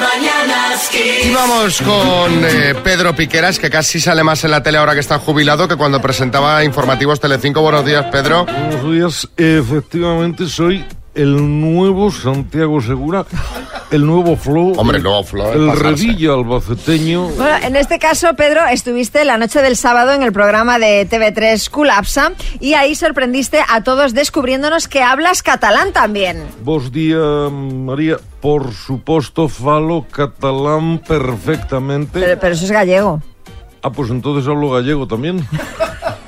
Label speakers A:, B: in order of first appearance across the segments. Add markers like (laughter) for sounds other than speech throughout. A: mañanas Kiss.
B: Y vamos con eh, Pedro Piqueras, que casi sale más en la tele ahora que está jubilado que cuando presentaba informativos Telecinco. Buenos días, Pedro.
C: Buenos días, efectivamente soy el nuevo Santiago Segura, el nuevo Flow.
B: Hombre, el nuevo Flo, es
C: El
B: pasarse.
C: Revilla albaceteño.
D: Bueno, en este caso, Pedro, estuviste la noche del sábado en el programa de TV3 Culapsa y ahí sorprendiste a todos descubriéndonos que hablas catalán también.
C: Vos día, María, por supuesto, falo catalán perfectamente.
D: Pero, pero eso es gallego.
C: Ah, pues entonces hablo gallego también.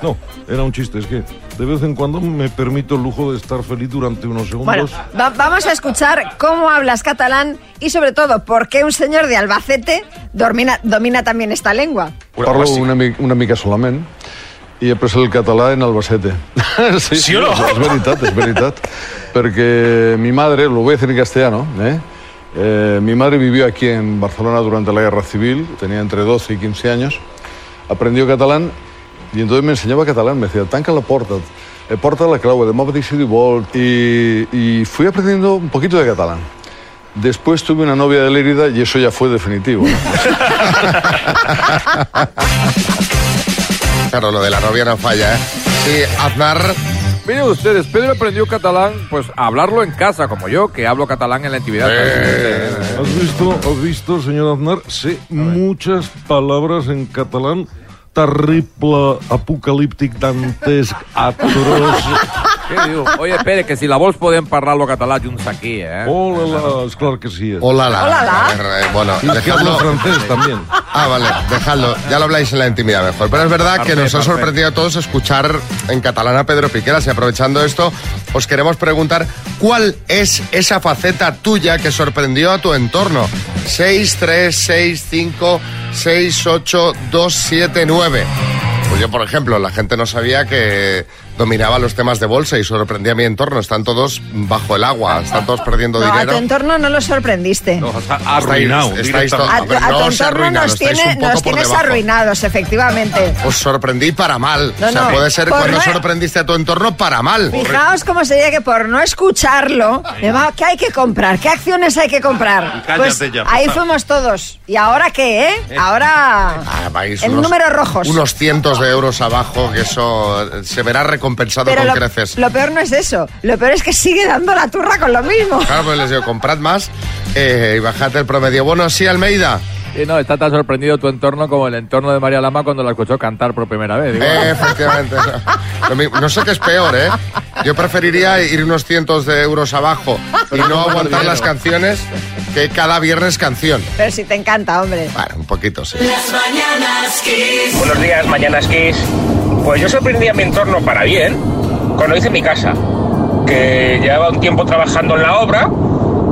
C: No, era un chiste, es que de vez en cuando me permito el lujo de estar feliz durante unos
D: Bueno,
C: segundos.
D: va- vamos a escuchar cómo hablas catalán y sobre todo por qué un señor de Albacete domina, domina también esta lengua.
E: Parlo una, mi- una mica solament i he pres el català en Albacete. (laughs) sí,
F: Sí o no?
E: És veritat, és veritat. Perquè mi madre, lo voy a decir en castellano, ¿eh? Eh, mi madre vivió aquí en Barcelona durante la Guerra Civil, tenía entre 12 y 15 años, aprendió catalán y entonces me enseñaba catalán, me decía, tanca la puerta, eh, porta la clave, demà mateix si vol, y, y fui aprendiendo un poquito de catalán. Después tuve una novia de Lérida y eso ya fue definitivo. ¿no?
B: Claro, lo de la novia no falla, ¿eh? Sí, Aznar.
G: Miren ustedes, Pedro aprendió catalán, pues a hablarlo en casa, como yo, que hablo catalán en la intimidad.
C: ¿Has visto, has visto, señor Aznar? Sé muchas palabras en catalán. Terrible, apocalíptic, dantesc, atroz...
G: ¿Qué digo? Oye, espere, que si la voz pueden parlarlo catalán, yo un saquí, ¿eh?
C: Oh. Hola, es claro que sí. Es.
B: Hola, la.
D: Hola, la.
B: A ver, eh, bueno,
C: Y es que hablo
B: dejadlo.
C: francés también.
B: Ah, vale, dejadlo. Ya lo habláis en la intimidad mejor. Pero es verdad que
G: Parfait,
B: nos ha
G: parfait.
B: sorprendido a todos escuchar en catalán a Pedro Piqueras. Y aprovechando esto, os queremos preguntar cuál es esa faceta tuya que sorprendió a tu entorno. 6, 3, 6, 5, 6, 8, 2, 7, 9. Pues yo, por ejemplo, la gente no sabía que dominaba los temas de bolsa y sorprendía a mi entorno. Están todos bajo el agua, están todos perdiendo
D: No, a tu
B: dinero.
D: entorno no lo sorprendiste.
G: Nos ha
B: Estáis-
G: arruinado.
B: estáis todos-
D: A tu,
B: pero
D: a tu
B: no os he
D: entorno
B: arruinado,
D: nos,
B: estáis
D: tiene-
B: un poco por
D: nos tienes
B: debajo.
D: arruinados, efectivamente.
B: Os sorprendí para mal.
D: No,
B: o sea,
D: no,
B: puede ser
D: por
B: cuando
D: nue-
B: sorprendiste a tu entorno para mal.
D: Fijaos cómo sería que por no escucharlo, me va, ¿qué hay que comprar? ¿Qué acciones hay que comprar? Pues
F: Cállate ya, por
D: ahí
F: favor.
D: fuimos todos. ¿Y ahora qué, eh? Ahora
B: Ah, vais
D: en
B: unos-
D: números rojos.
B: Unos cientos de euros abajo, que eso eh, se verá recompensado
D: Pero
B: con
D: lo,
B: creces.
D: lo peor no es eso. Lo peor es que sigue dando la turra con lo mismo.
B: Claro, pues les digo, comprad más eh, y bajad el promedio. Bueno, sí, Almeida.
G: Sí, no, está tan sorprendido tu entorno como el entorno de María Lama cuando la escuchó cantar por primera vez. Digo,
B: Eh,
D: (laughs)
B: efectivamente. Lo mi- No sé qué es peor, ¿eh? Yo preferiría ir unos cientos de euros abajo y no aguantar las canciones que cada viernes canción.
D: Pero si te encanta, hombre.
B: Bueno, un poquito, sí.
A: Las mañanas Kiss.
H: Buenos días, mañanas Kiss. Pues yo sorprendí a mi entorno para bien cuando hice mi casa, que llevaba un tiempo trabajando en la obra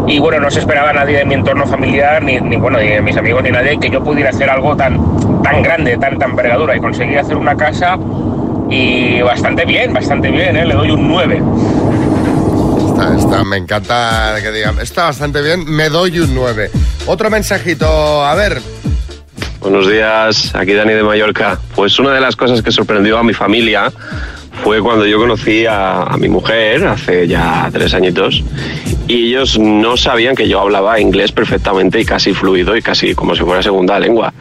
H: y bueno, no se esperaba nadie de mi entorno familiar, ni, ni, bueno, ni de mis amigos, ni nadie, que yo pudiera hacer algo tan, tan grande, tan, tan envergadura y conseguir hacer una casa y bastante bien, bastante bien, ¿eh? le doy un 9.
B: Esta, esta, me encanta que digan. Está bastante bien, me doy un 9. Otro mensajito, a ver.
I: Buenos días, aquí Dani de Mallorca. Pues una de las cosas que sorprendió a mi familia fue cuando yo conocí a, a mi mujer hace ya tres añitos y ellos no sabían que yo hablaba inglés perfectamente y casi fluido y casi como si fuera segunda lengua.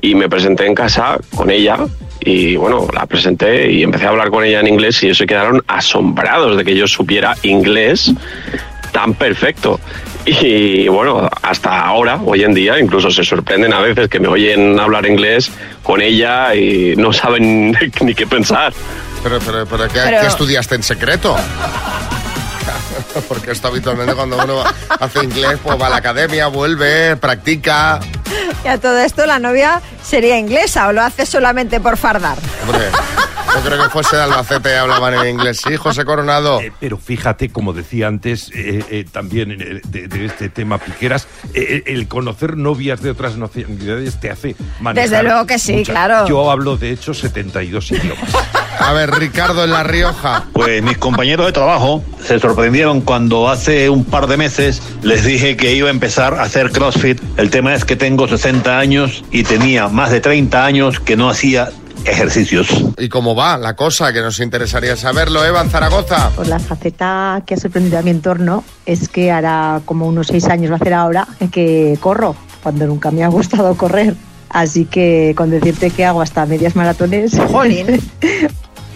I: Y me presenté en casa con ella y bueno, la presenté y empecé a hablar con ella en inglés y ellos se quedaron asombrados de que yo supiera inglés tan perfecto. Y bueno, hasta ahora, hoy en día, incluso se sorprenden a veces que me oyen hablar inglés con ella y no saben (laughs) ni qué pensar.
B: Pero, pero, pero, ¿qué,
D: Pero-
B: qué estudiaste en secreto? (laughs) Porque esto habitualmente cuando uno hace inglés, pues va a la academia, vuelve, practica.
D: Y a todo esto la novia sería inglesa o lo hace solamente por fardar.
B: Hombre, yo creo que fuese de Albacete y hablaban en inglés. Sí, José Coronado.
J: Eh, pero fíjate, como decía antes, eh, eh, también eh, de, de este tema Piqueras, eh, eh, el conocer novias de otras nacionalidades te hace manejar...
D: Desde luego que sí, claro.
J: Yo hablo, de hecho, 72 idiomas.
B: A ver, Ricardo en La Rioja.
K: Pues mis compañeros de trabajo se sorprendieron cuando hace un par de meses les dije que iba a empezar a hacer CrossFit. El tema es que tengo 60 años y tenía más de 30 años que no hacía ejercicios.
B: ¿Y cómo va la cosa? Que nos interesaría saberlo, Eva en Zaragoza.
F: Pues la faceta que ha sorprendido a mi entorno es que hará como unos seis años, va a hacer ahora, que corro, cuando nunca me ha gustado correr. Así que con decirte que hago hasta medias maratones. (laughs)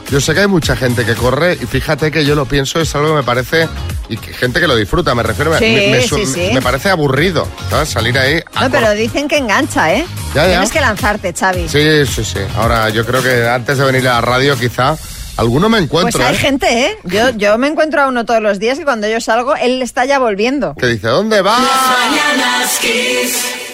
B: Yo sé que hay mucha gente que corre y fíjate que yo lo pienso, es algo que me parece, y que- gente que lo disfruta, me refiero, me-
D: Sí,
B: me, me
D: sí, sí.
B: me parece aburrido, ¿sabes? Salir ahí a
D: No, pero dicen que engancha, ¿eh?
B: Ya, ya.
D: Tienes que lanzarte, Xavi.
B: Sí, sí, sí. Ahora, yo creo que antes de venir a la radio, quizá, alguno me encuentro.
D: Pues hay
B: ¿eh?
D: gente, ¿eh? Yo, yo me encuentro a uno todos los días y cuando yo salgo, él está ya volviendo.
B: Que dice, ¿dónde va?
A: Mañanas Kiss.